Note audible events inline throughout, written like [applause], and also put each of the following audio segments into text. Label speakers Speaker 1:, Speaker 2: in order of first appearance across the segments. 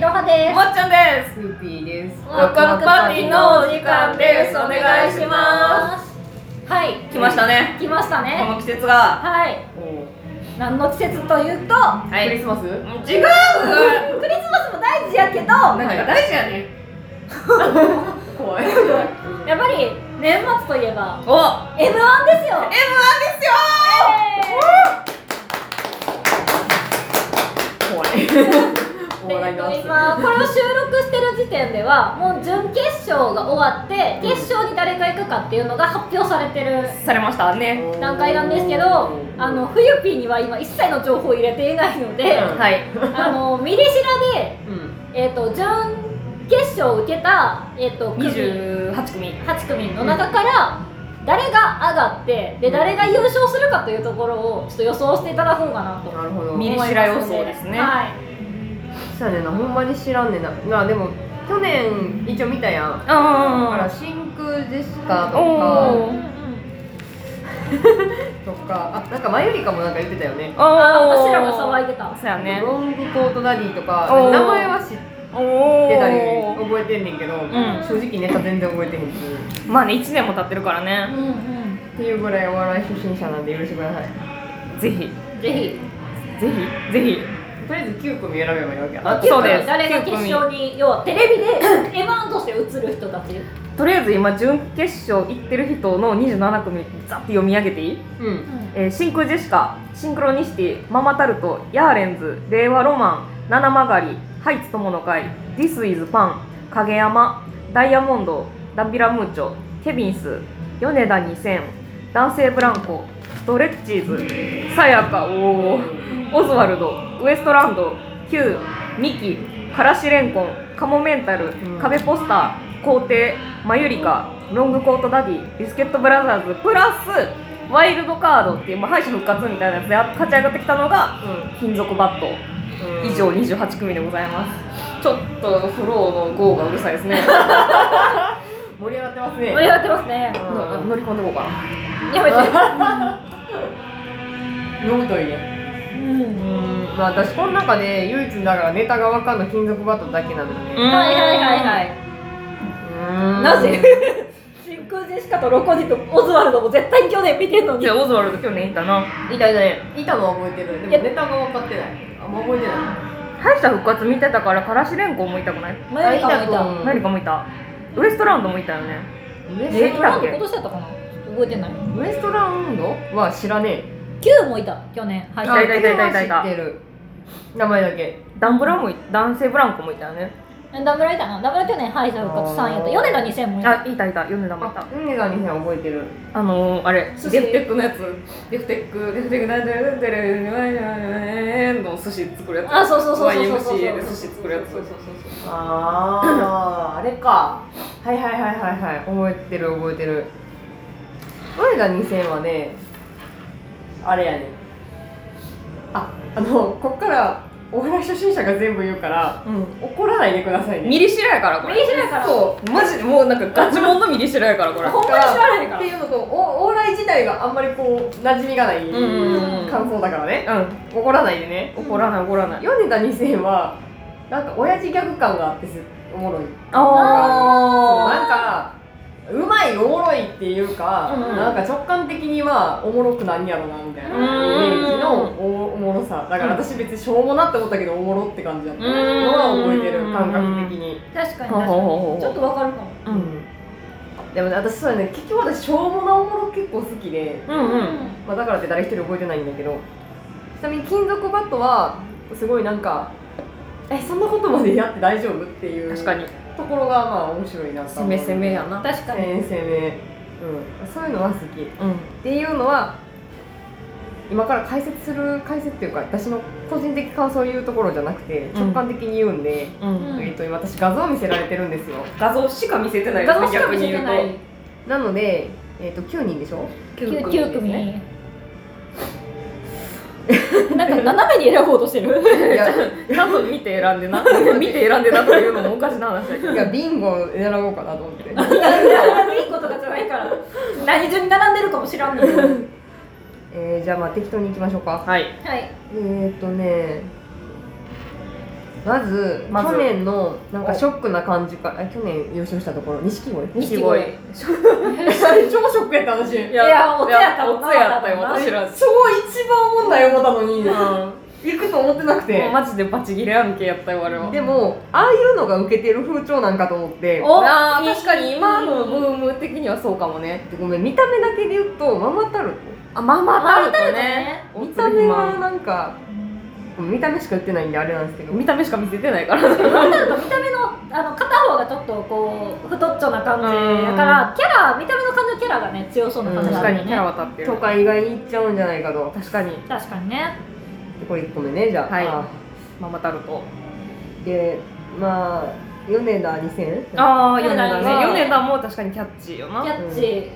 Speaker 1: ろはです。。
Speaker 2: もっちゃんです。
Speaker 3: スーピーです。
Speaker 2: ワクワクパーティーのお時間ですお願いします
Speaker 1: はい、
Speaker 2: 来ましたね。
Speaker 1: 来ました
Speaker 2: こ
Speaker 1: ね。
Speaker 2: の季節が。
Speaker 1: はい、
Speaker 3: お
Speaker 1: 何の季節というと、
Speaker 2: は
Speaker 3: ク
Speaker 2: い。
Speaker 3: リ
Speaker 2: 違
Speaker 3: スマス？なん
Speaker 2: う。違う。
Speaker 1: クリスマスも大事やけど、やっ
Speaker 3: か大事や
Speaker 2: [laughs]
Speaker 3: ね。怖い。
Speaker 1: ぱり年末といえば M1
Speaker 2: お、M1
Speaker 1: ですよ。
Speaker 2: ですよ。
Speaker 3: 怖い。お笑
Speaker 1: え
Speaker 3: いの
Speaker 1: っと
Speaker 3: 圧。
Speaker 1: 今これを収録してる時点ではもう準決勝が終わって
Speaker 3: うん
Speaker 1: 決勝に誰が行くかっていうのが発表されてる
Speaker 2: されましたね。
Speaker 1: 段階なんですけどあの冬ピーには今一切の情報を入れていないので、
Speaker 3: うん
Speaker 2: はい。
Speaker 1: あのミリシラで、
Speaker 3: うん。
Speaker 1: えっと準決勝を受けた、えっと組
Speaker 2: 二十八組。
Speaker 1: 8組の中から、誰が上がってで誰が優勝するかというところをちょっと予想していただこうかなと思い
Speaker 3: なるほど。
Speaker 2: ミリ
Speaker 1: ます
Speaker 2: シラ予想ですね
Speaker 1: はい、
Speaker 3: そうやねんな。ほんまに知らんねんな。なあでも去年一応見たやん。
Speaker 2: うんうん
Speaker 3: だ
Speaker 2: う
Speaker 3: か
Speaker 2: ん
Speaker 3: ら。真空ジェシカと
Speaker 2: お
Speaker 3: か
Speaker 2: ー
Speaker 3: とかあなんかマユリカもなんか言ってたよね。
Speaker 2: おお。
Speaker 1: あ私らが騒いでた
Speaker 2: そうやね。
Speaker 3: ロングコートダディとか
Speaker 2: おー
Speaker 3: 名前は知っ
Speaker 2: お
Speaker 3: てたり
Speaker 2: お。
Speaker 3: 覚えてんねんけど、正直ネタ全然覚えてへんし。
Speaker 2: まあね、一年も経ってるからね。
Speaker 1: うん
Speaker 3: っていうぐらいお笑い初心者なんで許してください
Speaker 2: ぜひ。ぜ
Speaker 1: うん、ぜひ
Speaker 2: ひ。ぜひ。
Speaker 3: とりあえず9組選べばいいわけや
Speaker 2: あ
Speaker 3: な
Speaker 2: そうです
Speaker 1: 誰が決勝に要はテレビ
Speaker 2: [laughs]
Speaker 1: で M−1 として映る人たち
Speaker 2: とりあえず今準決勝行ってる人の27組ざっと読み上げていい、
Speaker 3: うん
Speaker 2: えー真空ジェシカシンクロニシティママタルトヤーレンズ令和ロマン七曲りハイツ友の会ディスイズパン影山ダイヤモンドダビラムーチョケビンス米田2000男性ブランコストレッチーズさやかおおオズワルドウエストランド Q ミキからしれんこんカモメンタル、
Speaker 3: ん
Speaker 2: 壁ポスター皇帝マユリカロングコートダディビスケットブラザーズプラスワイルドカードっていう、まあ、敗者復活みたいなやつで勝ち上がってきたのが金属バット
Speaker 3: うん
Speaker 2: 以上28組でございますちょっとフローの号がうるさいです [laughs] ね
Speaker 3: 盛り上がってます
Speaker 1: 盛り上
Speaker 3: ね
Speaker 1: がってますね
Speaker 3: うん
Speaker 2: 乗り込んでこうかな
Speaker 1: やめて、
Speaker 2: [laughs]
Speaker 3: 飲むといいね
Speaker 1: うん
Speaker 3: うんまあ私この中で唯一だからネタが分かんの金属バットだけなのね
Speaker 1: はいはいはいはいい。
Speaker 3: うん
Speaker 1: なぜ真空ジェシカとロコジとオズワルドも絶対去年見てんのに。
Speaker 2: じゃあオズワルド去年いたない
Speaker 3: たいたねいたのは覚えてるでもネタが分かってないあんま覚えてな
Speaker 2: 敗者復活見てたからからしれんこんもいたくない
Speaker 1: マユリカもい
Speaker 3: あ
Speaker 1: た。
Speaker 3: うん
Speaker 2: 何かもいたウエストランドもいたよね
Speaker 3: い
Speaker 1: え
Speaker 2: え
Speaker 1: っ
Speaker 2: い
Speaker 1: と、
Speaker 2: た
Speaker 1: な
Speaker 2: っ
Speaker 1: んで
Speaker 2: け
Speaker 1: 今年だったかな覚えてない。
Speaker 3: ウエストランドは知らねえ
Speaker 1: Q もいた、去年。はいい。
Speaker 2: たいたいたいたいたいた
Speaker 3: あ知ってる名前だけ
Speaker 2: ダンブラもい男性ブランコもいたよね
Speaker 1: ダブラいたな。ダブラ去年敗者復活3位やった。
Speaker 3: あー
Speaker 1: 米田2000もいた。
Speaker 2: あいたいた米田もいた
Speaker 3: あ、ウネガニさん覚えてる
Speaker 2: あのー、あれ
Speaker 1: 寿司
Speaker 2: デフテックのやつデフテックデフテックなんちゃらなんちゃらの寿司作るやつ
Speaker 1: あ、そうそうそうそうそうそう。
Speaker 2: YMCA で寿司作るや
Speaker 1: そうそう
Speaker 2: つ
Speaker 1: そうそう
Speaker 3: あああれかはいはいはいはいはい覚えてる覚えてる俺が2000はねあれやねああのこっからお笑い初心者が全部言うから
Speaker 2: うん
Speaker 3: 怒らないでくださいね
Speaker 2: ミリシラやからこれ
Speaker 1: ミリシラやから
Speaker 2: そうマジでもうなんかガチモンのミリシラやからこれ
Speaker 1: ほんまに知らないから
Speaker 3: っていうのとおお笑い自体があんまりこう馴染みがない
Speaker 2: うんうんうん
Speaker 3: 感想だからね
Speaker 2: う
Speaker 3: 怒らないでね
Speaker 2: ん怒らない怒らない
Speaker 3: 米田2000はなんか親父ギャグ感があってすおもろいそう
Speaker 2: あ
Speaker 3: なんかうまいおもろいっていうか、
Speaker 2: うん
Speaker 3: なんか直感的にはおもろくなんやろなみたいなイ
Speaker 2: うん
Speaker 3: メージのおおもろさだから私別にしょうもなって思ったけどおもろって感じだったのは覚えてる
Speaker 2: うん
Speaker 3: 感覚的に、
Speaker 1: 確かに
Speaker 2: ほう
Speaker 1: 確
Speaker 2: ほう
Speaker 1: か
Speaker 2: ほう
Speaker 1: に。ちょっ
Speaker 2: ほ
Speaker 1: とわかるかも。
Speaker 2: ううん
Speaker 3: でもね私そうやね結局私しょうもなおもろ結構好きで、
Speaker 2: うんう。
Speaker 1: うん
Speaker 3: まあ、だからって誰一人覚えてないんだけどちなみに金属バットはすごいなんかえそんなことまでやって大丈夫っていう
Speaker 2: 確かに
Speaker 3: ところがまあ面白いなと
Speaker 2: 攻
Speaker 3: 思う
Speaker 2: め攻めやな
Speaker 1: 確かに。
Speaker 3: 攻めうんそういうのは好き
Speaker 2: うん
Speaker 3: っていうのは今から解説する解説っていうか私の個人的感想を言うところじゃなくて
Speaker 2: ん
Speaker 3: 直感的に言うんで、
Speaker 2: う
Speaker 1: うん
Speaker 2: ん
Speaker 3: えっと今私画像を見せられてるんですよ
Speaker 2: 画像しか見せてないです
Speaker 1: 画
Speaker 2: ね
Speaker 1: 像しか見せてない。
Speaker 3: なので、えっと9人
Speaker 2: [laughs]
Speaker 3: でしょ
Speaker 2: 逆に言うと
Speaker 1: 9
Speaker 2: ですね
Speaker 1: 組。 [laughs] なんか斜めに選ぼうとしてる。
Speaker 3: いや
Speaker 2: ちゃんと見て選んでな見て選んでなというのもおかしな話だけど
Speaker 3: いやビンゴ選ぼうかなと思って
Speaker 1: いいことかじゃないから何順に並んでるかも知らんのよ
Speaker 3: えー、じゃあまあ適当にいきましょうか
Speaker 2: はい
Speaker 1: はい
Speaker 3: えー、っとねまず
Speaker 2: まず
Speaker 3: 去年のなんか
Speaker 2: お
Speaker 3: ショックな感じからあ去年優勝したところ錦鯉
Speaker 2: 錦
Speaker 1: 錦
Speaker 2: 鯉
Speaker 1: 鯉
Speaker 3: [laughs] 超ショックやった私
Speaker 2: い
Speaker 1: やおつやったもん
Speaker 2: お
Speaker 1: な
Speaker 2: つやったよ
Speaker 1: 多分な
Speaker 2: 私ら
Speaker 3: 超一番おもんない思ったのに行くと思ってなくて
Speaker 2: もうマジでバチギレ案件やったよあれは
Speaker 3: でもああいうのが受けてる風潮なんかと思って
Speaker 1: お
Speaker 2: あー
Speaker 1: いい
Speaker 2: 確かに今のブーム的にはそうかもね
Speaker 3: ごめん見た目だけで言うとママタル
Speaker 2: あママタルトね
Speaker 3: ト見た目はなんか見た目しか言ってないんであれなんですけど
Speaker 2: 見た目しか見せてないから
Speaker 1: ママタルト見た目のあの片方がちょっとこう太っちょな感じだからキャラ見た目の感じのキャラがね強そうな感じ
Speaker 2: 確
Speaker 1: だ
Speaker 2: か
Speaker 1: よ
Speaker 2: にキャラ
Speaker 1: ね
Speaker 2: は立ってる
Speaker 3: 都会以外に行っちゃうんじゃないかと
Speaker 2: 確かに
Speaker 1: 確かにね
Speaker 3: これ1個目ねじゃあ、
Speaker 2: はい
Speaker 3: あ
Speaker 2: ママタルト
Speaker 3: でまあ米田2000
Speaker 2: ああ
Speaker 1: 米
Speaker 2: 米
Speaker 1: 田
Speaker 2: 田
Speaker 1: ね
Speaker 2: ね米田も確かにキャッチーよ
Speaker 1: キ
Speaker 2: な
Speaker 1: ャッチー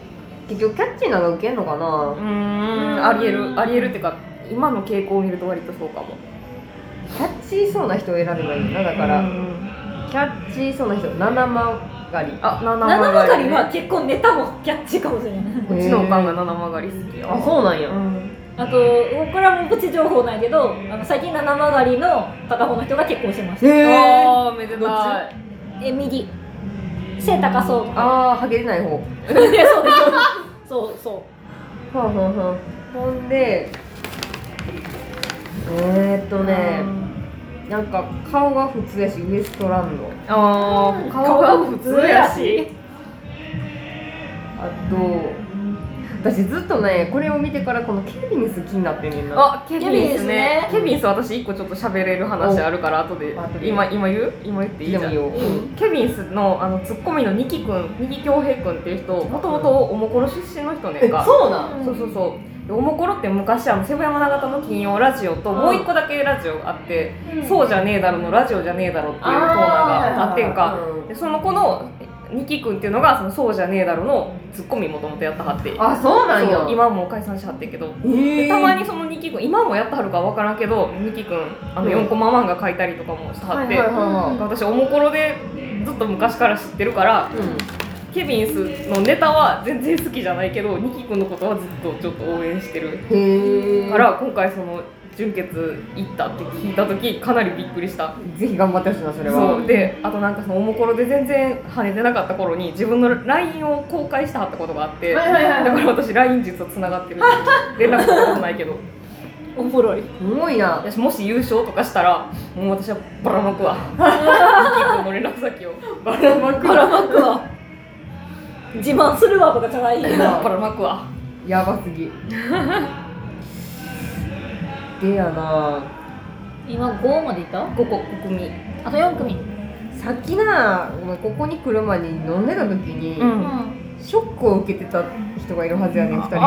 Speaker 3: 結局キャッチーなのがウケんのか
Speaker 2: う
Speaker 3: な、
Speaker 2: ーんありえるありえるっていうか今の傾向を見ると割とそうかも
Speaker 3: キャッチーそうな人を選べばいいんだなだから、
Speaker 2: うん
Speaker 3: キャッチーそうな人七曲がり
Speaker 2: あ七曲
Speaker 1: 七曲
Speaker 2: がり
Speaker 1: り
Speaker 2: ね
Speaker 1: は結構ネタもキャッチーかもしれない
Speaker 2: うちのおかんが七曲がり好きよ
Speaker 3: そうなんや
Speaker 2: うん
Speaker 1: あとこれはもうプチ情報ないけどあの最近七曲りの片方の人が結婚しました
Speaker 3: へえ
Speaker 2: あーめで
Speaker 3: ど
Speaker 2: たい
Speaker 3: っ
Speaker 1: え右背高そう
Speaker 3: ああハゲれない方
Speaker 1: そうですそうそう
Speaker 3: はあはあはあほんでえー、っとねなんか顔が普通やしウエストランド
Speaker 2: あー顔が普通やし
Speaker 3: あと私ずっとねこれを見てからこのケビンス気になってんねんな
Speaker 2: あケビ
Speaker 1: ビン
Speaker 2: ン
Speaker 1: スね
Speaker 2: ですねケビンス私一個ちょっと喋れる話あるから後で
Speaker 3: お後で
Speaker 2: 今今言う今言っていいじ
Speaker 3: で
Speaker 2: ゃん
Speaker 3: もいいよ、
Speaker 1: うん
Speaker 2: ケビンスのあのツッコミのニキ君ニキ恭平君っていう人もともとおもころ出身の人ねんか
Speaker 3: そうなん
Speaker 1: ん
Speaker 2: そうそうそうでおもころって昔あの瀬戸山永田の金曜ラジオともう一個だけラジオがあって「そうじゃねえだろ」の「ラジオじゃねえだろ」っていうコーナーがあってんかでその子のニキ君っていうのが「そのそうじゃねえだろ」のツッコミもともとやったはって
Speaker 3: あそうなんや
Speaker 2: そう今もう解散しはってんけど
Speaker 3: えー
Speaker 2: たまにそのニキ君今もやったはるかわからんけどニキ君あ
Speaker 3: う
Speaker 2: の
Speaker 3: ん
Speaker 2: 4コマ漫画描いたりとかもしたはって、
Speaker 3: はいはいはい
Speaker 2: 私おもころでずっと昔から知ってるから
Speaker 3: はいうん
Speaker 2: ケビンスのネタは全然好きじゃないけどニキ君のことはずっとちょっと応援してる
Speaker 3: へえ
Speaker 2: から今回その純潔行ったって聞いた時かなりびっくりした
Speaker 3: ぜひ頑張ってほしいなそれは
Speaker 2: そうであとなんかそのおもころで全然跳ねてなかった頃に自分の LINE を公開してはったことがあってだ
Speaker 3: は
Speaker 2: か
Speaker 3: いはいはい
Speaker 2: ら私 LINE 実はつながってるん
Speaker 1: [laughs]
Speaker 2: で連絡したことないけど
Speaker 1: おもろい
Speaker 3: すごいな
Speaker 2: 私もし優勝とかしたらもう私はばらまく
Speaker 1: [laughs]
Speaker 2: わニキ君の連絡先を
Speaker 3: バラマ
Speaker 1: ばらまくわ自慢するわとかじゃないよ
Speaker 3: な
Speaker 2: ばらまくわ
Speaker 3: やばすぎ [laughs] でやな
Speaker 1: 今5までいった
Speaker 2: 5個国民
Speaker 1: あと4組
Speaker 3: さっきなお前ここに来る前に飲んでた時に、
Speaker 2: うん
Speaker 1: ん
Speaker 3: ショックを受けてた人がいるはずやねん2人
Speaker 1: あ
Speaker 3: が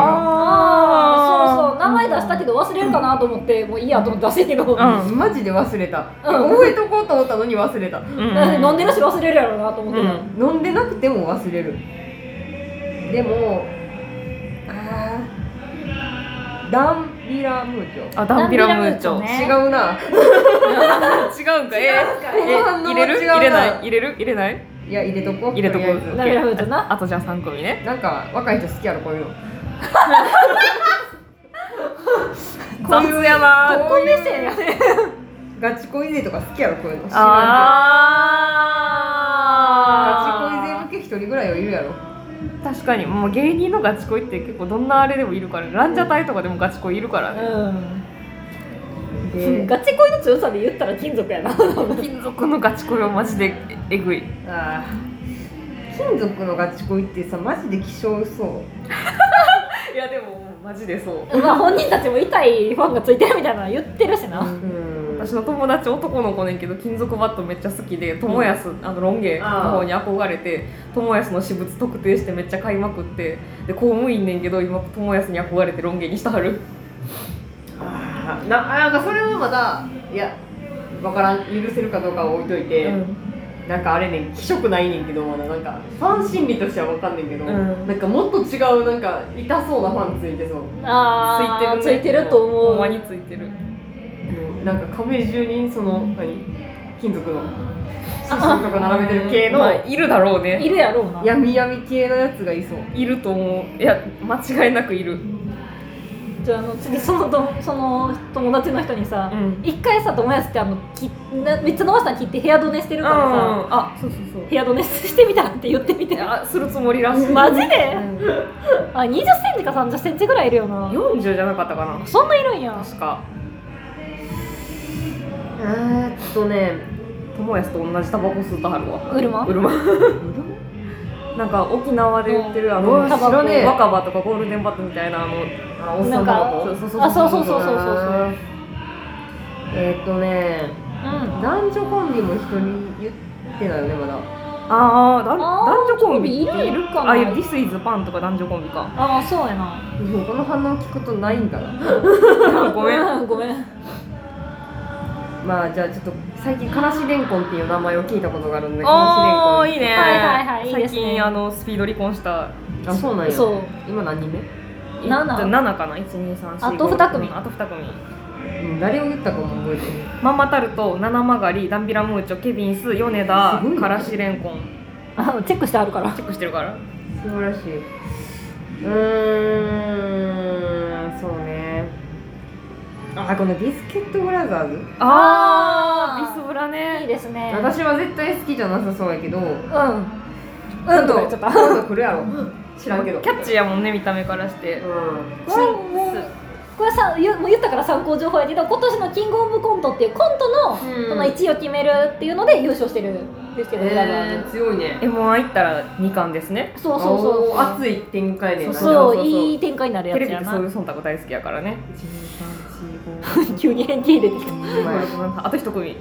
Speaker 1: あ
Speaker 2: あ
Speaker 1: そうそう名前出したけど忘れるかなと思ってもういいやと思って出せんけど、
Speaker 2: ん
Speaker 3: マジで忘れた、
Speaker 1: うん
Speaker 3: 覚えとこうと思ったのに忘れた
Speaker 2: う
Speaker 1: 飲んでるし忘れるやろうなと思ってた、
Speaker 2: うん
Speaker 3: 飲んでなくても忘れるでもあーダンビラムーチョ
Speaker 2: あダンビラムーチ
Speaker 1: ダ
Speaker 2: ョ
Speaker 1: ンビラムーチョね
Speaker 3: 違うな
Speaker 2: 違うんかえーえ
Speaker 3: 後半の
Speaker 2: 入れる
Speaker 3: 違うな
Speaker 2: 入れない入れる入れない
Speaker 3: いや入れとこう
Speaker 2: 入れとこ
Speaker 3: りあえず
Speaker 2: う
Speaker 1: ダンビラムーチョな
Speaker 2: ああとじゃあ3組ね
Speaker 3: なんか若い人好きやろこういうの
Speaker 2: 雑やな
Speaker 3: こういう
Speaker 1: やね
Speaker 3: ガチ恋勢とか好きやろこういうの知らんけどガチ
Speaker 2: あ
Speaker 3: 恋勢向け一人ぐらいはいるやろ
Speaker 2: ー確かにもう芸人のガチ恋って結構どんなあれでもいるからランジャタイとかでもガチ恋いるからね
Speaker 1: うん
Speaker 3: で
Speaker 1: ガチ恋の強さで言ったら金属やな
Speaker 2: 金属のガチ恋はマジでえぐい
Speaker 3: あー金属のガチ恋ってさマジで希少そう
Speaker 2: いやでもマジでそう
Speaker 1: まあ本人たちも痛いファンがついてるみたいなの言ってるしな、
Speaker 3: うん
Speaker 2: 私の友達男の子ねんけど金属バットめっちゃ好きで友安、あのロン毛の方に憧れて友安の私物特定してめっちゃ買いまくってで公務員ねんけど今友安に憧れてロン毛にしたはる
Speaker 3: あーななんかそれはまだいやわからん許せるかどうかは置いといて、
Speaker 2: うん
Speaker 3: なんかあれね気色ないねんけどまだなんかファン心理としてはわかんねんけど、
Speaker 2: うん
Speaker 3: なんかもっと違うなんか痛そうなファンついてそう、
Speaker 1: ああ
Speaker 2: ついてるね
Speaker 1: ついてると思
Speaker 2: ほ
Speaker 1: うん
Speaker 2: まについてる
Speaker 3: うんなんか壁中にその何金属の写真とか並べてる系の
Speaker 2: まあいるだろうね
Speaker 1: いるやろうな
Speaker 3: 闇闇系のやつがいそう
Speaker 2: いると思ういや間違いなくいる
Speaker 1: じゃああの次そのとその友達の人にさ
Speaker 2: うん
Speaker 1: 一、回さ友達ってあのきなめっちゃ伸ばしたの切ってヘアドネしてるからさ、
Speaker 2: あそうそうそう
Speaker 1: ヘアドネしてみたらって言ってみて
Speaker 2: あするつもりらしい
Speaker 1: マジで
Speaker 2: うん
Speaker 1: あ20センチか30センチぐらいいるよな
Speaker 2: 40じゃなかったかな
Speaker 1: そんないるんや
Speaker 2: 確か
Speaker 3: えーっとね
Speaker 2: 友康と同じタバコ吸うとはるわ
Speaker 1: ウルマ
Speaker 2: うるまなんか沖縄で売ってるあ
Speaker 3: うん
Speaker 2: の
Speaker 3: タバコ
Speaker 2: 白ね若葉とかゴールデンバットみたいなあの
Speaker 3: あおっ
Speaker 1: な
Speaker 3: さん
Speaker 1: んか
Speaker 3: の
Speaker 2: そう
Speaker 1: あそうそうそうそうそうそう
Speaker 3: えーっとね
Speaker 1: うん
Speaker 3: 男女コンビも一人言ってないよねまだ
Speaker 2: あーだん
Speaker 1: あー
Speaker 2: 男女コンビ
Speaker 1: いるいるかな
Speaker 2: あいや「This is パン」とか男女コンビか
Speaker 1: ああそうやな
Speaker 3: もうこの反応聞くとないんかな
Speaker 2: ごめん
Speaker 1: うんごめん
Speaker 3: まあじゃあちょっと最近からしれんこんっていう名前を聞いたことがあるんで
Speaker 2: あ
Speaker 3: か
Speaker 2: あ
Speaker 3: ら
Speaker 2: い
Speaker 3: し
Speaker 2: いね
Speaker 1: はいはいはいいいですね
Speaker 2: 最近あのスピード離婚した
Speaker 3: れんこんあそうなんや
Speaker 1: そう
Speaker 3: 今何人目
Speaker 1: 七
Speaker 2: 7かな1234
Speaker 1: あと二組
Speaker 2: あと2組
Speaker 3: うん誰を言ったかも覚えてない
Speaker 2: ママタルト七曲りダンビラムーチョケビンス米田
Speaker 3: すごいね
Speaker 2: からしれんこん
Speaker 1: あチェックしてあるから
Speaker 2: チェックしてるから
Speaker 3: 素晴らしいうーんそうねあこのビスケットブラザーズ、
Speaker 1: あー
Speaker 2: ビスブラ
Speaker 1: いい
Speaker 2: ね
Speaker 1: ですね
Speaker 3: 私は絶対好きじゃなさそうやけど
Speaker 1: うんうんとか言っちゃった
Speaker 3: 今度来るやろ知らんけど
Speaker 2: キャッチーやもんね見た目からして
Speaker 3: う
Speaker 1: これもうこれさ言うもう言ったから参考情報やけど今年のキングオブコントっていうコントの,、
Speaker 3: うん
Speaker 1: その1位を決めるっていうので優勝してるんですけど、
Speaker 3: ん、
Speaker 1: ブラザー
Speaker 3: え
Speaker 1: ズ
Speaker 3: ー、強いね
Speaker 2: M1 行ったら2巻ですね
Speaker 1: そうそうそう
Speaker 3: おー熱い展開で
Speaker 1: そう
Speaker 2: そうそう
Speaker 1: いい展開になるや
Speaker 2: テレ
Speaker 1: つ
Speaker 2: ビ
Speaker 1: や
Speaker 2: でそうい
Speaker 1: な
Speaker 2: う忖度大好きやからね
Speaker 1: 急に変形出てきた
Speaker 2: あと1組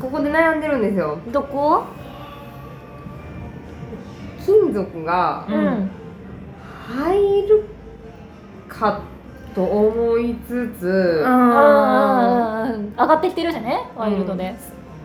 Speaker 3: ここで悩んでるんですよ
Speaker 1: どこ
Speaker 3: 金属が
Speaker 1: うん、
Speaker 2: うん
Speaker 3: 入るかと思いつつ、
Speaker 2: あ
Speaker 1: あー上がってきてるじゃねワイルドで、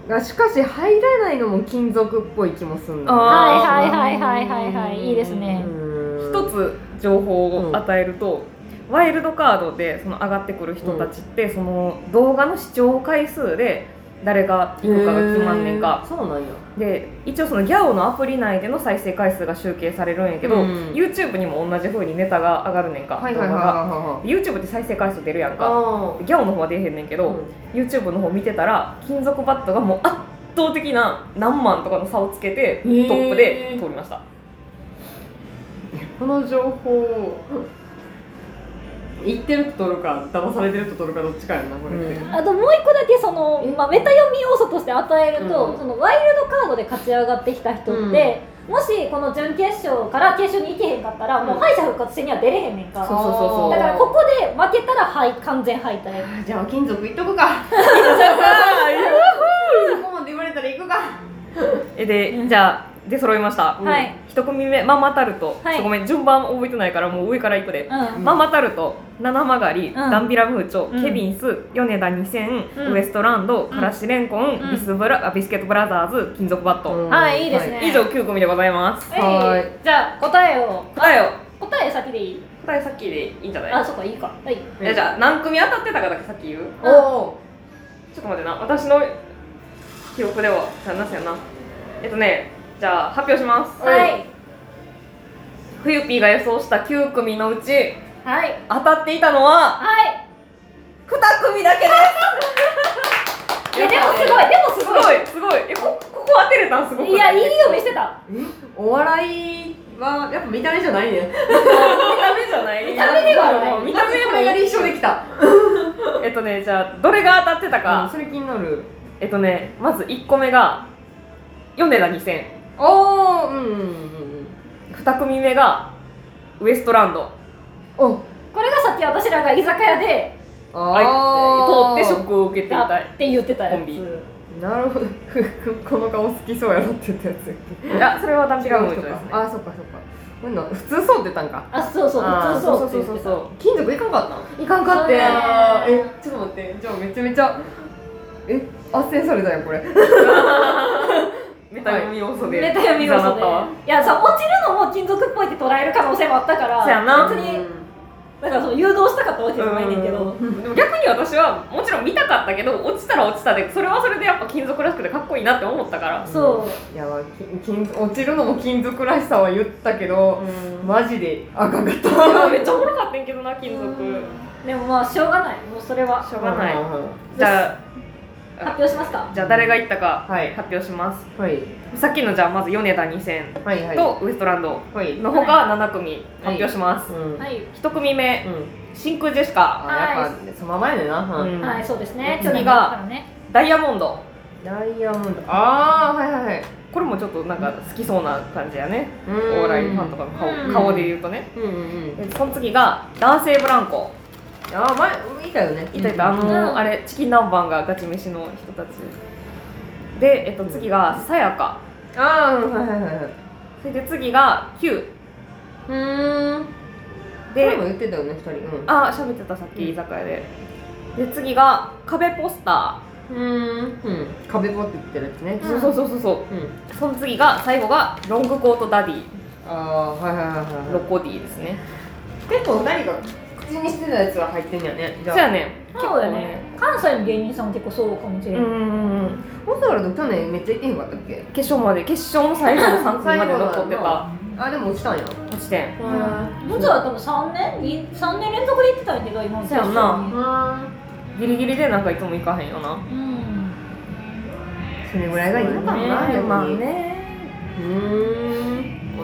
Speaker 3: がしかし入らないのも金属っぽい気もするの
Speaker 2: あ
Speaker 1: はいはいはいはいはいはいいいですね
Speaker 3: うん
Speaker 2: 一つ情報を与えると、ワイルドカードでその上がってくる人たちって、その動画の視聴回数で誰が行くかが決まんねんか
Speaker 3: へーそうなんや
Speaker 2: で一応そのギャオのアプリ内での再生回数が集計されるんやけど、
Speaker 3: うん
Speaker 2: YouTube にも同じ風にネタが上がるねんか、
Speaker 3: はいはいはいはい
Speaker 2: 動画が
Speaker 3: はい
Speaker 2: YouTube って再生回数出るやんか
Speaker 3: あ
Speaker 2: ギャオの方は出えへんねんけど、YouTube の方見てたら金属バットがもう圧倒的な何万とかの差をつけてト
Speaker 3: ー
Speaker 2: ップで通りました、
Speaker 3: この情報言ってると取るか騙されてると取るかどっちかやんなこれって、
Speaker 2: うん
Speaker 1: あともう一個だけその
Speaker 3: え、
Speaker 1: まあ、メタ読み要素として与えると、
Speaker 3: うん
Speaker 1: そのワイルドカードで勝ち上がってきた人って、もしこの準決勝から決勝に行けへんかったら、
Speaker 3: うん
Speaker 1: もう敗者復活戦には出れへんねんか
Speaker 2: そ
Speaker 1: ら
Speaker 2: うそうそうそう
Speaker 1: だからここで負けたら敗完全敗退
Speaker 3: あじゃあ金属行っとく [laughs] かそこまで言われたら行くか
Speaker 2: えで、
Speaker 1: うん
Speaker 2: じゃあ出揃いました、
Speaker 1: はい
Speaker 2: 一組目ママタルト、
Speaker 1: はい
Speaker 2: ちょごめん順番覚えてないからもう上からいくで、
Speaker 1: うん
Speaker 2: ママタルト七曲がり、
Speaker 1: ん
Speaker 2: ダンビラムーチョ、
Speaker 1: うん
Speaker 2: ケビンス米田2000、
Speaker 1: うん
Speaker 2: ウエストランド、からしレンコン、
Speaker 1: うん
Speaker 2: ビスブラあビスケットブラザーズ金属バット、
Speaker 1: はいいいですね
Speaker 2: 以上9組でございます
Speaker 1: えい
Speaker 3: はい
Speaker 1: じゃあ答えを
Speaker 2: 答えを
Speaker 1: 答え先でいい
Speaker 2: 答えさっきでいいんじゃない
Speaker 1: あそっかいいかはい
Speaker 2: えじゃあ何組当たってたかだけさっき言う
Speaker 3: おお
Speaker 2: ちょっと待ってな私の記憶ではじゃあなすよなえっとねじゃあ発表します
Speaker 1: はい
Speaker 2: 冬ピーが予想した9組のうち
Speaker 1: はい
Speaker 2: 当たっていたのは
Speaker 1: はい
Speaker 2: 2組だけで
Speaker 1: いやでもすごいですもすごい
Speaker 2: ごいすごいえこここ当てれたんすごくない
Speaker 1: やいい読みしてた
Speaker 3: お笑いはやっぱ見た目じゃないね
Speaker 2: 見た目じゃない見
Speaker 1: た目ではない
Speaker 2: 見た目
Speaker 3: こ
Speaker 2: も
Speaker 3: れが
Speaker 2: いい
Speaker 3: 立証できた
Speaker 2: えっとねじゃあどれが当たってた
Speaker 3: あ
Speaker 2: か、
Speaker 3: それ気になる
Speaker 2: えっとねまず1個目が米田2000
Speaker 3: おおうんうんうん
Speaker 2: 2組目がウエストランド
Speaker 3: うんお
Speaker 1: これがさっき私らが居酒屋で
Speaker 2: あい
Speaker 3: ー
Speaker 2: 通ってショックを受けてい
Speaker 1: だ
Speaker 2: た
Speaker 1: って言ってた
Speaker 2: コ
Speaker 1: よ
Speaker 2: ンビい
Speaker 3: なるほど [laughs] この顔好きそうやろって言ったやつやっ
Speaker 2: やそれはダン
Speaker 3: け
Speaker 2: ピラムーチョ
Speaker 3: 人
Speaker 2: です
Speaker 3: か
Speaker 2: ね
Speaker 3: あそっかそっかこんなん普通そうって言ったんか
Speaker 1: あそうそう
Speaker 2: あー
Speaker 1: 普通そうって言ってた
Speaker 3: 金属いかんかったいかんかっ
Speaker 1: そう
Speaker 3: て
Speaker 1: ね
Speaker 3: えちょっと待ってじゃあめちゃめちゃえ圧旋されたやんこれ
Speaker 2: メタ読み要素で
Speaker 1: ネタ読み要素で
Speaker 2: いざなったわ
Speaker 1: いやさ落ちるのも金属っぽいって捉える可能性もあったから
Speaker 2: そうやな
Speaker 1: 別になんかその誘導したかったわけじゃないねんけど
Speaker 2: うんでも逆に私はもちろん見たかったけど落ちたら落ちたでそれはそれでやっぱ金属らしくてかっこいいなって思ったから
Speaker 1: そ
Speaker 3: いやまあ金金落ちるのも金属らしさは言ったけどマジであかんかった
Speaker 2: めっちゃおもろかったんけどな金
Speaker 1: う
Speaker 2: 属
Speaker 1: うんでもまあしょうがないもうそれは
Speaker 2: しょうがない
Speaker 3: うんうんうん
Speaker 2: じゃあ
Speaker 1: 発表しますか
Speaker 2: じゃあ誰が行ったか
Speaker 3: はい
Speaker 2: 発表します、
Speaker 3: はい
Speaker 2: さっきのじゃあまず米田2000
Speaker 3: はいはい
Speaker 2: とウエストランド
Speaker 3: はい
Speaker 2: のほか7組発表します、
Speaker 3: うん
Speaker 1: はい、
Speaker 2: 一1組目
Speaker 3: うん
Speaker 2: 真空ジェシカ、
Speaker 3: あやっぱその前でなうん
Speaker 2: うん
Speaker 1: はいそうですね
Speaker 2: 次
Speaker 1: 去
Speaker 2: が
Speaker 1: 年だったからね
Speaker 2: ダイヤモンド
Speaker 3: ダイヤモンドああはいはいはい
Speaker 2: これもちょっとなんか好きそうな感じやね、
Speaker 3: オ
Speaker 2: オーライファンとかの顔,、
Speaker 1: うん
Speaker 2: 顔で言うとね
Speaker 3: うんうんうん
Speaker 2: でその次が男性ブランコ
Speaker 3: あー前いたよね
Speaker 2: いたいたあのー
Speaker 1: うん
Speaker 2: あれチキン南蛮がガチ飯の人たちで、えっと、次がさやか
Speaker 3: ああーはいはいはいはい
Speaker 2: それで次が Q
Speaker 3: うんで
Speaker 2: で
Speaker 3: も言ってたよね二人うん
Speaker 2: あ喋ってたさっき居酒屋でで次が壁ポスタ
Speaker 3: うんうん壁ポって言ってるやつね
Speaker 2: ー、そうそうそうそうそう
Speaker 3: うん
Speaker 2: その次が最後がロングコートダディ
Speaker 3: ああはいはいはいはい
Speaker 2: ロコディですね
Speaker 3: 結構何か口にしてたやつは入ってんやねじ
Speaker 2: そうや
Speaker 3: ゃあ
Speaker 2: ねん
Speaker 1: そうだね関西の芸人さんも結構そうかもしれ
Speaker 2: う
Speaker 1: なんい、
Speaker 2: うんうん
Speaker 3: オズワルド去年めっちゃいけへんかったっけ
Speaker 2: 決勝まで決勝の最後の3組まで残ってた
Speaker 3: あでも落ちたんや
Speaker 2: 落ち点
Speaker 1: うんもちは多分3年に三年連続で行ってたんやけど今の
Speaker 2: そうやんな
Speaker 1: 決勝に
Speaker 3: う
Speaker 2: ギ
Speaker 3: ん
Speaker 2: リギリでなんかいつも行かへんよな
Speaker 1: うん
Speaker 3: それぐらいがいいのかもな
Speaker 2: ね
Speaker 3: でも
Speaker 2: まあ
Speaker 3: う
Speaker 2: ね
Speaker 3: ーん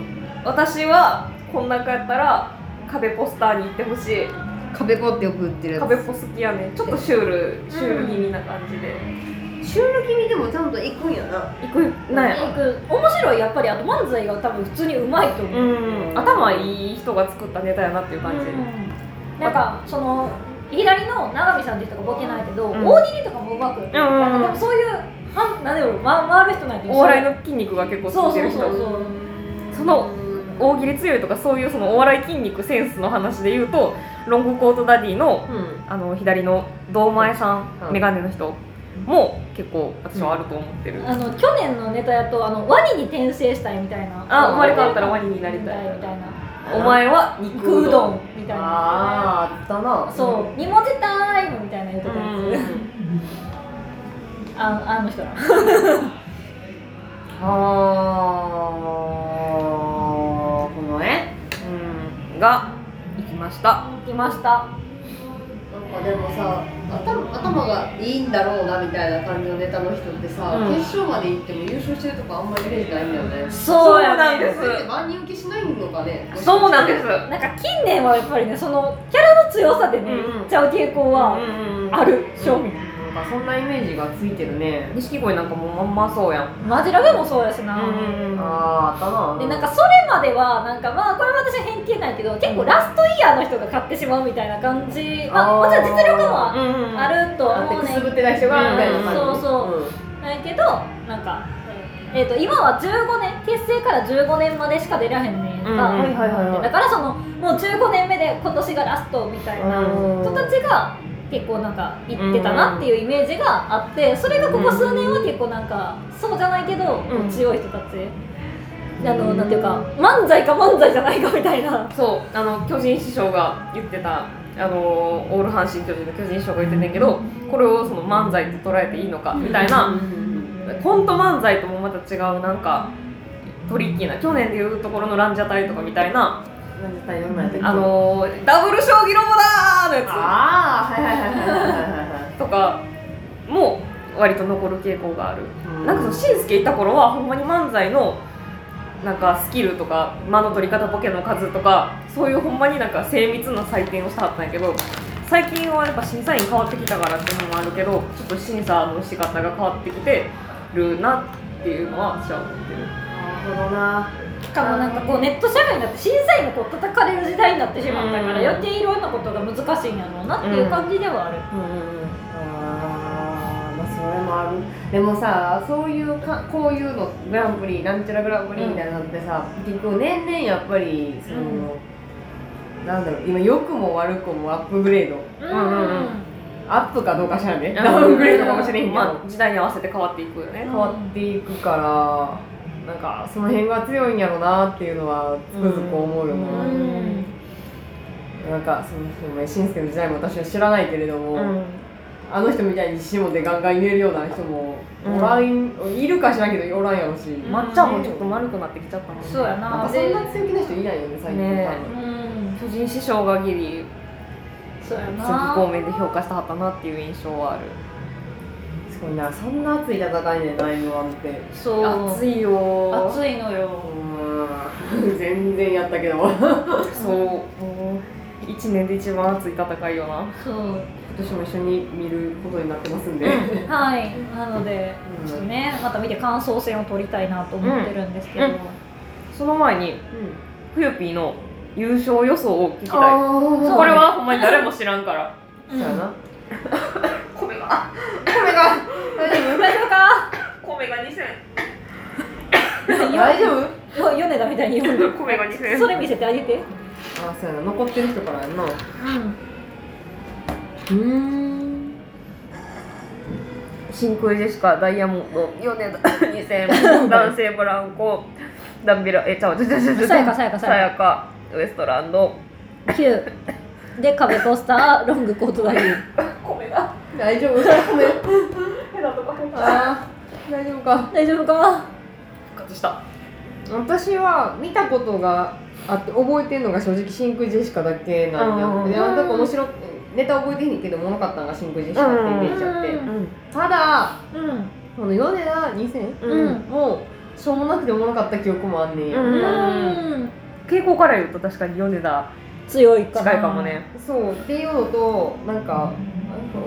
Speaker 2: 私はこん中やったら壁ポスターに行ってほしい
Speaker 3: 壁ポってよく売ってるやつ
Speaker 2: 壁ポス好きやねちょっとシュールシュール気味な感じで、
Speaker 3: シュール気味でもちゃんと行くんやな
Speaker 2: 行くなんや
Speaker 1: 行く面白いやっぱりあと漫才が多分普通にうまいと思う、
Speaker 2: うん頭いい人が作ったネタやなっていう感じ、
Speaker 1: うんなんかその左の永見さんっていう人がボケないけど、
Speaker 2: うん
Speaker 1: 大喜利とかもうまく、
Speaker 2: うんうんうん
Speaker 1: なんかでもそういうはんなんだろう、ま、回る人なんて
Speaker 2: お笑い
Speaker 1: の
Speaker 2: の筋肉が結構つ
Speaker 1: そう
Speaker 2: いて
Speaker 1: そうそ
Speaker 2: る人
Speaker 1: うそう
Speaker 2: その大喜利強いとかそういうそのお笑い筋肉センスの話で言うとロングコートダディの
Speaker 3: うん
Speaker 2: あの左の堂前さん、
Speaker 3: うん
Speaker 2: メガネの人も結構私はあると思ってる、
Speaker 1: あの去年のネタやとあのワニに転生したいみたいな
Speaker 2: あ生まれ変わったらワニになりたい
Speaker 1: みたいな
Speaker 2: お前は
Speaker 1: 肉
Speaker 2: 肉
Speaker 1: う
Speaker 2: う
Speaker 1: ど
Speaker 2: ど
Speaker 1: ん
Speaker 2: ん
Speaker 1: みたいな
Speaker 3: あああったな
Speaker 1: そう、二文字タイムみたいな言うとこやつああの人ら
Speaker 3: あーこのね
Speaker 2: うんが行きました
Speaker 1: いました
Speaker 4: なんかでもさ頭頭がいいんだろうなみたいな感じのネタの人ってさ、
Speaker 2: うん
Speaker 4: 決勝まで行っても優勝してるとかあんまりイメージないんだよね
Speaker 1: そうや
Speaker 2: や
Speaker 1: ね
Speaker 2: ね
Speaker 4: それって万人受けしないのかね
Speaker 2: そうなんです
Speaker 1: なんか近年はやっぱりねそのキャラの強さでね、
Speaker 2: うんうん
Speaker 1: いっちゃう傾向はある正味、
Speaker 3: なんかそんなイメージがついてるね
Speaker 2: 錦鯉なんかもまんまそうやん
Speaker 1: マジラブもそうやしな、
Speaker 3: あああった
Speaker 1: で
Speaker 3: な
Speaker 1: なんかそれまではなんかまあこれは私は偏見ないけど結構ラストイヤーの人が買ってしまうみたいな感じまあ
Speaker 3: あ
Speaker 1: も
Speaker 3: ー
Speaker 1: ちろん実力も
Speaker 2: うん
Speaker 1: あると
Speaker 3: あ
Speaker 1: は
Speaker 3: って
Speaker 1: 思う
Speaker 3: く
Speaker 1: ね
Speaker 3: すぶってた人がみたいな感じ
Speaker 1: うんそうそうないけどなんか、えー、と今は15年結成から15年までしか出らへんねん
Speaker 2: うん
Speaker 1: か、
Speaker 2: はい
Speaker 3: はいはい
Speaker 1: だからそのもう15年目で今年がラストみたいな人たちが結構なんか行ってたなっていうイメージがあってそれがここ数年は結構なんかそうじゃないけど、
Speaker 2: うん
Speaker 1: 強い人たち。あのなんていうか漫才か漫才じゃないかみたいな
Speaker 2: そうあの巨人師匠が言ってたあのオール阪神巨人の巨人師匠が言ってたんやけどこれをその漫才と捉えていいのかみたいな、コント漫才ともまた違うなんかトリッキーな去年でいうところのランジャタイとかみたいな
Speaker 3: なんで大丈夫なんやったっけ
Speaker 2: あのダブル将棋ロボだーのや
Speaker 3: ああはいはいはいはいはいはい
Speaker 2: つとかも割と残る傾向がある
Speaker 3: うん
Speaker 2: なんかそのしんすけいた頃はほんまに漫才のなんかスキルとか間の取り方ボケの数とかそういうほんまになんか精密な採点をしたはったんやけど最近はやっぱ審査員変わってきたからっていうのもあるけどちょっと審査の仕方が変わってきてるなっていうのは私は思ってる
Speaker 3: なるほどな
Speaker 1: しかもなんかこうネット社会になって審査員がこう叩かれる時代になってしまったか
Speaker 2: うん
Speaker 1: ら余計いろんなことが難しいんやろうなっていう感じではある、
Speaker 3: うんうんうんあーまあそれもあるでもさそういうかこういうのグランプリなんちゃらグランプリみたいなのってさ、結構年々やっぱりその、なんだろう今良くも悪くもアップグレー
Speaker 1: う
Speaker 3: ド
Speaker 1: ん
Speaker 2: うんうんうん
Speaker 3: アップかどうかしらんねダウングレードかもしれんけど、
Speaker 2: まあ、時代に合わせて変わっていくよね
Speaker 3: 変わっていくからなんかその辺が強いんやろなっていうのはつくづく思うよね、
Speaker 2: うん
Speaker 3: なんかその人もしんすけの時代も私は知らないけれども、
Speaker 2: うん
Speaker 3: あの人みたいに下でガンガン言えるような人もおらん、いるかしらんけどおらんやろし、
Speaker 1: ま
Speaker 3: ま
Speaker 2: まっちゃんもちょっと丸くなってきちゃったもんね
Speaker 1: そうやな
Speaker 3: あ、そんな強気な人いないよね最近
Speaker 2: ね
Speaker 3: 多
Speaker 1: う
Speaker 3: 分、
Speaker 1: ん
Speaker 2: 巨人師匠がギリ
Speaker 1: そうやな
Speaker 2: 次公面で評価したはったなっていう印象はある
Speaker 3: すごいなそんな熱い戦いね M1 って
Speaker 1: そう
Speaker 2: 熱いよ
Speaker 1: 熱いの
Speaker 3: う
Speaker 1: よ
Speaker 3: ーん [laughs] 全然やったけど
Speaker 2: そうもう1年で一番熱い戦いよな
Speaker 1: そう
Speaker 3: 今年も一緒に見ることになってますんで、 [laughs]
Speaker 1: はいなのでちょっとねまた見て感想戦を取りたいなと思ってるんですけど、
Speaker 2: うんその前にふゆぴーの優勝予想を聞きたい
Speaker 3: あ
Speaker 2: これはほんまに誰も知らんから
Speaker 3: そう
Speaker 1: [laughs]
Speaker 3: やな
Speaker 2: 米が
Speaker 1: 大丈夫大丈夫か
Speaker 2: 米が2000
Speaker 3: 大丈夫
Speaker 1: よ米田みたいに読んで
Speaker 2: 米が2000 [laughs]
Speaker 1: それ見せてあげて
Speaker 3: あそうやな残ってる人からやんな
Speaker 1: う
Speaker 3: うーん
Speaker 2: 真空ジェシカダイヤモンドヨネダ2000男 [laughs] 性ブランコダンビラえちゃうちゃうちゃうちゃうちゃう
Speaker 1: さやかさやかさ
Speaker 2: さ
Speaker 1: や
Speaker 2: やかウエストランド
Speaker 1: か9で壁ポスターロングコートダディ
Speaker 2: 米が
Speaker 3: 大丈夫 [laughs] ごめん
Speaker 2: ヘラとか入っ
Speaker 3: あー大丈夫か
Speaker 1: 大丈夫か
Speaker 2: 復活した
Speaker 3: 私は見たことがあって覚えてるのが正直真空ジェシカだけなんで
Speaker 1: うん
Speaker 3: あなんか面白くネタ覚えてへんけどもろかったのが真空ジェシカってイメージあって、
Speaker 1: うん
Speaker 2: うん
Speaker 3: ただ
Speaker 1: うん
Speaker 3: この米田2000
Speaker 1: うん
Speaker 3: もうしょうもなくておもろかった記憶もあんねんや、
Speaker 2: うん
Speaker 1: うん
Speaker 2: 傾向から言うと確かにヨネダ
Speaker 1: 強いかな
Speaker 2: 近いかもね
Speaker 3: そうっていうのとなんか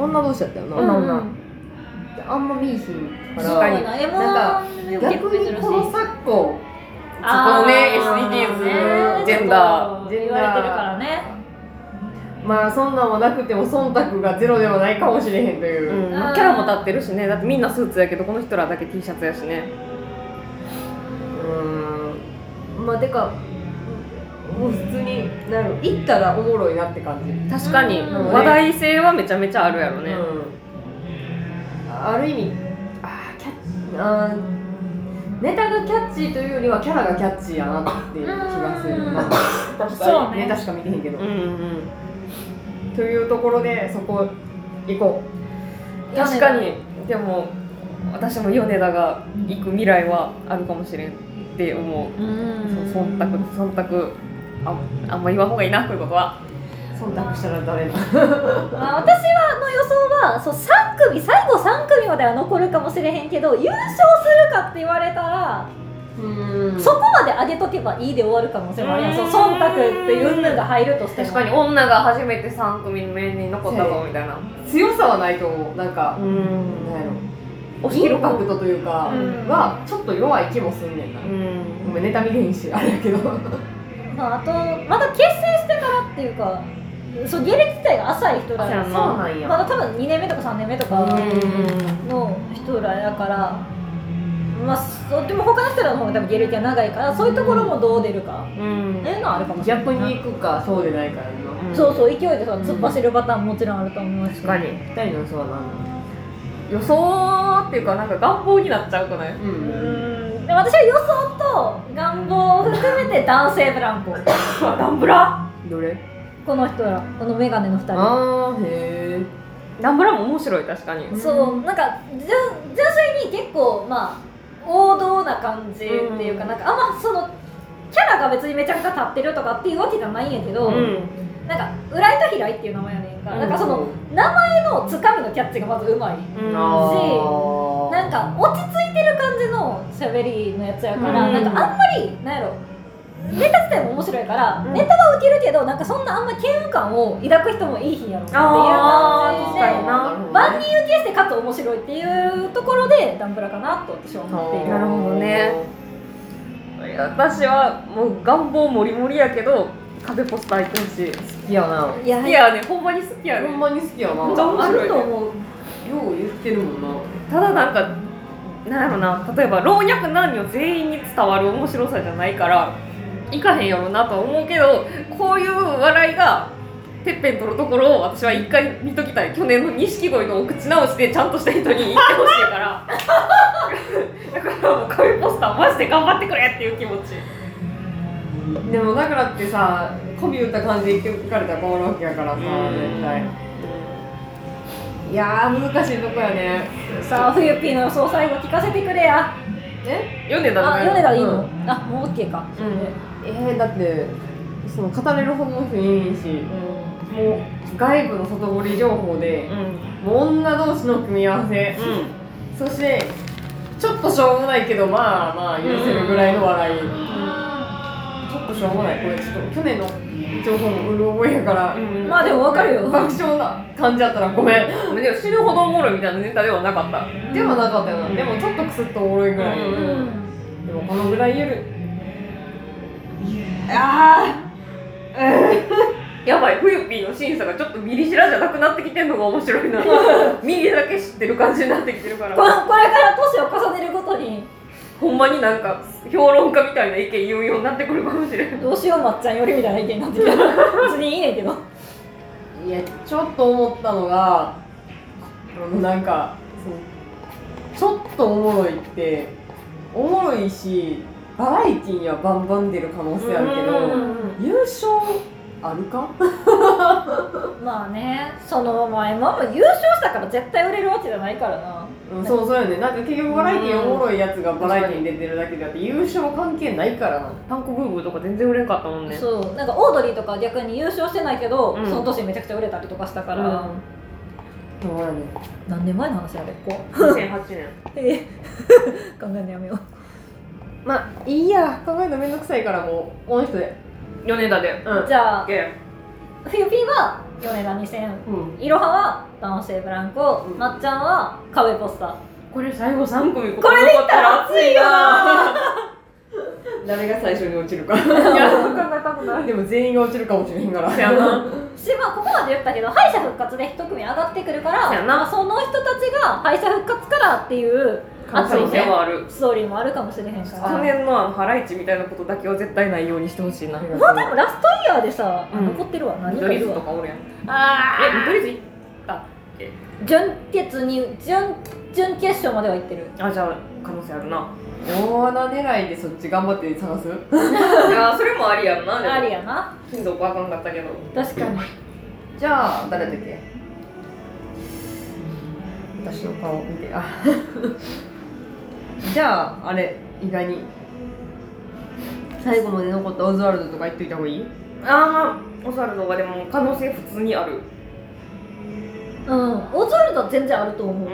Speaker 3: 女同士だったよな、
Speaker 1: うん
Speaker 2: 女
Speaker 3: あんま見えひんか
Speaker 1: そう
Speaker 3: ら
Speaker 1: やな M1
Speaker 3: なんか逆にこの昨今
Speaker 1: あー
Speaker 2: そこね
Speaker 1: ね
Speaker 2: SDGs ジェンダ
Speaker 1: そう言われてるからね
Speaker 3: まあそんなんはなくても忖度がゼロではないかもしれへんとい
Speaker 2: う
Speaker 3: う、
Speaker 2: ん、まあキャラも立ってるしねだってみんなスーツやけどこの人らだけ T シャツやしね
Speaker 3: うーんまあてかもう普通になんか行ったらおもろいなって感じ、
Speaker 2: 確かに、
Speaker 1: うん
Speaker 2: 話題性はめちゃめちゃあるやろね、
Speaker 3: うん、ある意味あーキャッチあーネタがキャッチーというよりはキャラがキャッチーやなっていう気がする
Speaker 1: うん
Speaker 3: まあ
Speaker 1: 確かに
Speaker 3: ネタしか見てへんけど、
Speaker 2: うんうん
Speaker 3: というところでそこ行こ
Speaker 2: 確かにでも私も米田が行く未来はあるかもしれんって思う
Speaker 1: う
Speaker 2: そうん忖度忖度ああんま言わん方がいいなこういうことは
Speaker 3: う忖度したら誰だ
Speaker 1: まあ、私はの予想はそう3組最後3組までは残るかもしれへんけど優勝するかって言われたら、
Speaker 3: うん
Speaker 1: そこまで上げとけばいいで終わる可能性もあります
Speaker 2: うん
Speaker 1: 忖度っていう云々が入るとしても
Speaker 2: 確かに女が初めて3組の面に残った
Speaker 3: そ
Speaker 2: ぞ
Speaker 3: う
Speaker 2: みたいな
Speaker 3: 強さはないと思うなんか、
Speaker 2: ん
Speaker 3: なんやろ
Speaker 2: 押し
Speaker 3: イ
Speaker 2: 切
Speaker 3: ン
Speaker 2: る
Speaker 3: パ
Speaker 2: か
Speaker 3: クトというか、
Speaker 1: うん
Speaker 3: はちょっと弱い気もすんねんな、ご
Speaker 2: ん
Speaker 3: めんネタ見れへんしあれやけどう
Speaker 1: まあ、あとまだ結成してからっていうかそう芸歴自体が浅い人ら
Speaker 2: そう
Speaker 1: や
Speaker 2: やな
Speaker 3: なん
Speaker 1: まだ多分2年目とか3年目とかの人らやから、まあ、そうでも他の人らの方が多分芸歴が長いからそういうところもどう出るか
Speaker 2: うん
Speaker 1: っていうのはあるかもしれない
Speaker 3: 逆に行くかそうでないかやんな、
Speaker 2: うん
Speaker 1: そうそう勢いでさ突っ走るパターンももちろんあると思うし、
Speaker 2: 確かに
Speaker 3: 二人の予想は何
Speaker 2: 予想っていうかなんか願望になっちゃうくない
Speaker 1: う
Speaker 2: う
Speaker 1: んーんで私は予想と願望を含めて男性ブランコ
Speaker 2: ダンブラ
Speaker 3: どれ
Speaker 1: この人らこのメガネの2人
Speaker 3: ああへえ
Speaker 2: ダンブラも面白い確かに
Speaker 1: そうなんか純純粋に結構まあ王道な感じっていうか、
Speaker 2: うん
Speaker 1: なんかあんまそのキャラが別にめちゃくちゃ立ってるとかっていうわけじゃないんやけど、
Speaker 2: うん
Speaker 1: なんか浦井と平井っていう名前やねんか、
Speaker 2: うん
Speaker 1: なんかその名前のつかみのキャッチがまずうまい
Speaker 2: うん
Speaker 3: あー
Speaker 1: なんか落ち着いてる感じの喋りのやつやから、
Speaker 2: うん
Speaker 1: なんかあんまりなんやろネタ自体も面白いから、
Speaker 2: うん
Speaker 1: ネタはウケるけどなんかそんなあんま嫌悪感を抱く人もいい日やろっていう
Speaker 2: あ
Speaker 1: 感
Speaker 2: ー
Speaker 1: じ
Speaker 2: 確かに
Speaker 1: で
Speaker 2: な
Speaker 1: 万人受けしてかつ面白いっていうところでダンブラかなと私は思ってい
Speaker 2: な
Speaker 1: る
Speaker 2: るほどね私はもう願望もりもりやけど壁ポスター行くし
Speaker 3: 好きやない
Speaker 1: や
Speaker 2: いやねほんまに好きや
Speaker 3: ほん
Speaker 2: ね
Speaker 3: まに好きやな
Speaker 2: めっちゃ面
Speaker 1: あ
Speaker 2: 白い
Speaker 1: ると思う
Speaker 3: よう言ってるもんな
Speaker 2: ただなんかなんやろな例えば老若男女全員に伝わる面白さじゃないから行かへんやろなとは思うけどこういう笑いがてっぺん取るところを私は一回見ときたい去年の錦鯉のお口直しでちゃんとした人に言ってほしいから [laughs] だからもう壁ポスターマジで頑張ってくれっていう気持ち
Speaker 3: でもだからってさコビ打った感じで行かれたら困るわけやからさ絶対いやー難しいとこやね
Speaker 1: さあ冬ピーの予想最後聞かせてくれや
Speaker 3: え
Speaker 2: 米田
Speaker 1: あ
Speaker 2: の
Speaker 1: 米田いいの、
Speaker 3: う
Speaker 1: あもう OK か、
Speaker 2: うん
Speaker 3: えー、だってその語れるほどの人いいしもう外部の外堀情報で
Speaker 2: う、ん
Speaker 3: もう女同士の組み合わせ、そしてちょっとしょうもないけどまあまあ許せるぐらいの笑い、ちょっとしょうもないこれちょっと去年の情報もうる覚えやから、
Speaker 2: うん
Speaker 1: まあでもわかるよ
Speaker 3: 爆笑な感じやったらごめん
Speaker 2: うんでも死ぬほどおもろいみたいなネタではなかった
Speaker 3: ではなかったよな、でもちょっとクスッとおもろいぐらい、
Speaker 2: う
Speaker 1: うん
Speaker 3: でもこのぐらいゆる
Speaker 2: ああやばい、フユピーの審査がちょっとミリ知らじゃなくなってきてんのが面白い [laughs] なミリだけ知ってる感じになってきてるか
Speaker 1: こ
Speaker 2: ら
Speaker 1: のこれから年を重ねるごとに
Speaker 2: ほんまになんか評論家みたいな意見言うようになってくるかもしれん
Speaker 1: どうしようまっちゃんよりみたいな意見になってきた別にいいねんけど
Speaker 3: いやちょっと思ったのがあのなんかそのちょっとおもろいっておもろいしバラエティーにはバンバン出る可能性あるけ
Speaker 2: う
Speaker 3: ど
Speaker 2: ん
Speaker 3: 優勝あるか
Speaker 1: まあねそのまあ m 1も優勝したから絶対売れるわけじゃないからな
Speaker 3: うん、そうそうよねなんか結局バラエティーおもろいやつがバラエティーに出てるだけであって優勝関係ないからな
Speaker 2: タンコブーブーとか全然売れんかったもんね
Speaker 1: そうなんかオードリーとか逆に優勝してないけど、
Speaker 2: うん
Speaker 1: その年めちゃくちゃ売れたりとかしたから、
Speaker 2: うん
Speaker 3: そうやね
Speaker 1: 何年前の話やべっ [laughs] こ
Speaker 2: 2008年
Speaker 1: え [laughs] え考えんのやめよう
Speaker 3: まあいいや考えるのめんどくさいからもうこの人で
Speaker 2: 米田で
Speaker 3: うん
Speaker 1: じゃあ
Speaker 2: ゲ
Speaker 1: 冬ピーは米田2000
Speaker 3: うん
Speaker 1: いろはは男性ブランコ、
Speaker 3: うん
Speaker 1: まっちゃんは壁ポスター
Speaker 2: ーこれ最後3組こ
Speaker 1: これできた
Speaker 2: [laughs]
Speaker 1: ら熱いよな
Speaker 3: 誰が最初に落ちるか
Speaker 2: いや考えたくない
Speaker 3: でも全員が落ちるかもしれへんから
Speaker 2: せやな
Speaker 1: し、まあ、ここまで言ったけど敗者復活で一組上がってくるから
Speaker 2: そうやな
Speaker 1: まあその人たちが敗者復活からっていう
Speaker 2: 可能性はある
Speaker 1: ストーリーもあるかもしれへんから
Speaker 2: 去年のあのハライチみたいなことだけは絶対ないようにしてほしいな
Speaker 1: まあでもラストイヤーでさ、あ
Speaker 2: うん
Speaker 1: 残ってるわ何
Speaker 2: 見
Speaker 1: か
Speaker 2: 取
Speaker 1: い
Speaker 2: り図
Speaker 1: る
Speaker 2: と
Speaker 1: わ
Speaker 2: かおるやんえ
Speaker 1: あ
Speaker 2: 見取り図い
Speaker 1: ー準決に準準決勝までは行ってる
Speaker 2: あじゃあ可能性あるな
Speaker 3: 大穴狙いでそっち頑張って探す
Speaker 2: いやそれもありやんなでも
Speaker 1: ありやな
Speaker 2: 頻度わかんかったけど
Speaker 1: 確かに
Speaker 3: じゃあ誰だっけ私の顔見てあ [laughs] じゃああれ意外に最後まで残ったオズワルドとか言っといた方がいい
Speaker 2: ああオサルドがでも可能性普通にある
Speaker 1: うんオズワルドは全然あると
Speaker 2: う
Speaker 1: 思うん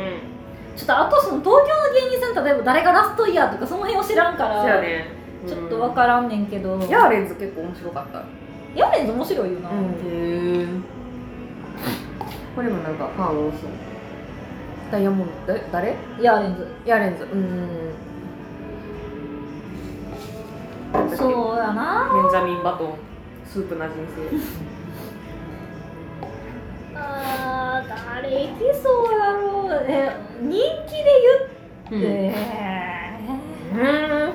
Speaker 1: ちょっとあとその東京の芸人さん例えば誰がラストイヤーとかその辺を知らんか
Speaker 2: そや
Speaker 1: ら、
Speaker 2: ね
Speaker 1: ちょっと分からんねんけど
Speaker 2: ヤーレンズ結構面白かった
Speaker 1: ヤーレンズ面白いよな、
Speaker 2: うん
Speaker 3: へえこれもなんかファン多そうダイヤモンドだ誰
Speaker 1: ヤーレンズ
Speaker 3: ヤーレンズうーんう
Speaker 1: そうやな
Speaker 2: ベンジャミン・バトンスープな人生
Speaker 1: あー誰行きそうやろうえ人気で言って、
Speaker 3: ん
Speaker 2: うん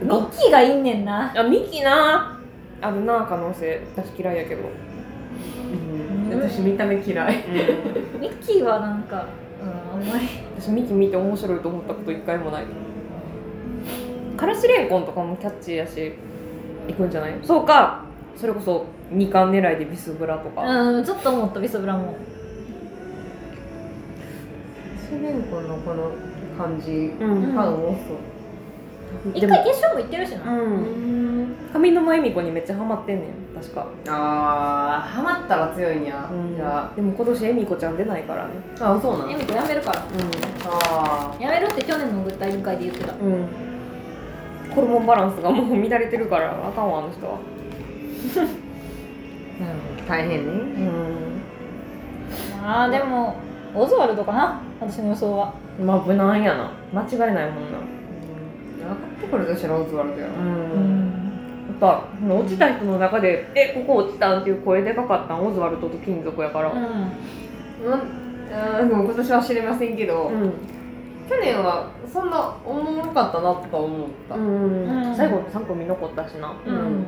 Speaker 1: ミッキーがいんねんな
Speaker 2: あミキなあるな可能性私嫌いやけどう
Speaker 3: うん私見た目嫌い
Speaker 2: ん
Speaker 1: ミッキーはなんかうんあんまり
Speaker 2: 私ミキ見て面白いと思ったこと一回もないからしれんこんとかもキャッチーやしいくんじゃないそうかそれこそ二冠狙いでビスブラとか、
Speaker 1: うんちょっと思ったビスブラも
Speaker 3: 主人公のこの感じ
Speaker 2: うん
Speaker 3: ファン多そう
Speaker 1: 一回決勝も行ってるしな、
Speaker 2: うん上沼恵美子にめっちゃハマってんねん確か、
Speaker 3: あーハマったら強いんや、じゃ
Speaker 2: でも今年恵美子ちゃん出ないからね
Speaker 3: ああそうな
Speaker 1: え
Speaker 3: ん
Speaker 1: みこやめるから
Speaker 3: あ
Speaker 1: やめるって去年のグッタイム会で言ってた
Speaker 2: うん、うん、ホルモンバランスがもう乱れてるからあかんわあの人は
Speaker 3: ーなるほど大変ね
Speaker 2: う
Speaker 1: まあでもオズワルドかな私の予想は
Speaker 2: んまあ無難やな間違いないもんな
Speaker 3: 上がってくるとしたらオズワルドや
Speaker 2: う
Speaker 3: ろ
Speaker 1: うんん
Speaker 2: やっぱその落ちた人の中で「えここ落ちたん?」っていう声でかかったんオズワルドと金属やから
Speaker 1: う
Speaker 2: うん
Speaker 3: うん、うん、でも今年は知りませんけど、
Speaker 2: ん
Speaker 3: 去年はそんなおもろかったなとは思った、
Speaker 1: うん
Speaker 2: 最後3組残ったしな、
Speaker 1: うん、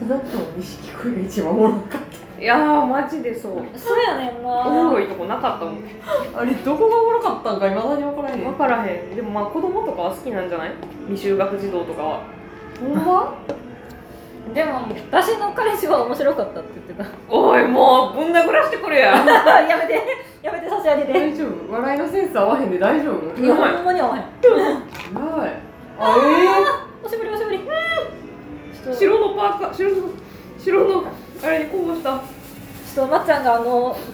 Speaker 3: 少なくとも錦鯉が一番おもろかっ
Speaker 2: いやーマジでそう
Speaker 1: そうやねんな
Speaker 2: おもろいとこなかったもん分
Speaker 3: たあれどこがおもろかったんかいまだに分からへんほ
Speaker 2: からへんでもまあ子供とかは好きなんじゃない未就学児童とかは
Speaker 3: んま
Speaker 1: でも私の彼氏は面白かったって言って
Speaker 2: おいもうぶん殴らしてくれや
Speaker 1: た [laughs] やめてやめて差し上げて
Speaker 3: 大丈夫笑いのセンス合わへんで大丈夫
Speaker 2: ん
Speaker 1: いやほんまにお前
Speaker 3: やばいあえ
Speaker 1: おしぼりおしぼり
Speaker 4: うん
Speaker 2: 白のパーカー白の白のあれにこぼした
Speaker 1: ちょっとまっちゃんがあの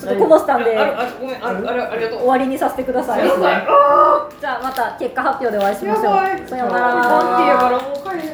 Speaker 1: ちょっとこぼしたんで
Speaker 2: あるあるごめんあるあるありがとう
Speaker 1: 終わりにさせてください
Speaker 2: やばいあ
Speaker 1: じゃあまた結果発表でお会いしましょ
Speaker 2: やばいう
Speaker 1: さようなら
Speaker 2: ーなんてやらもう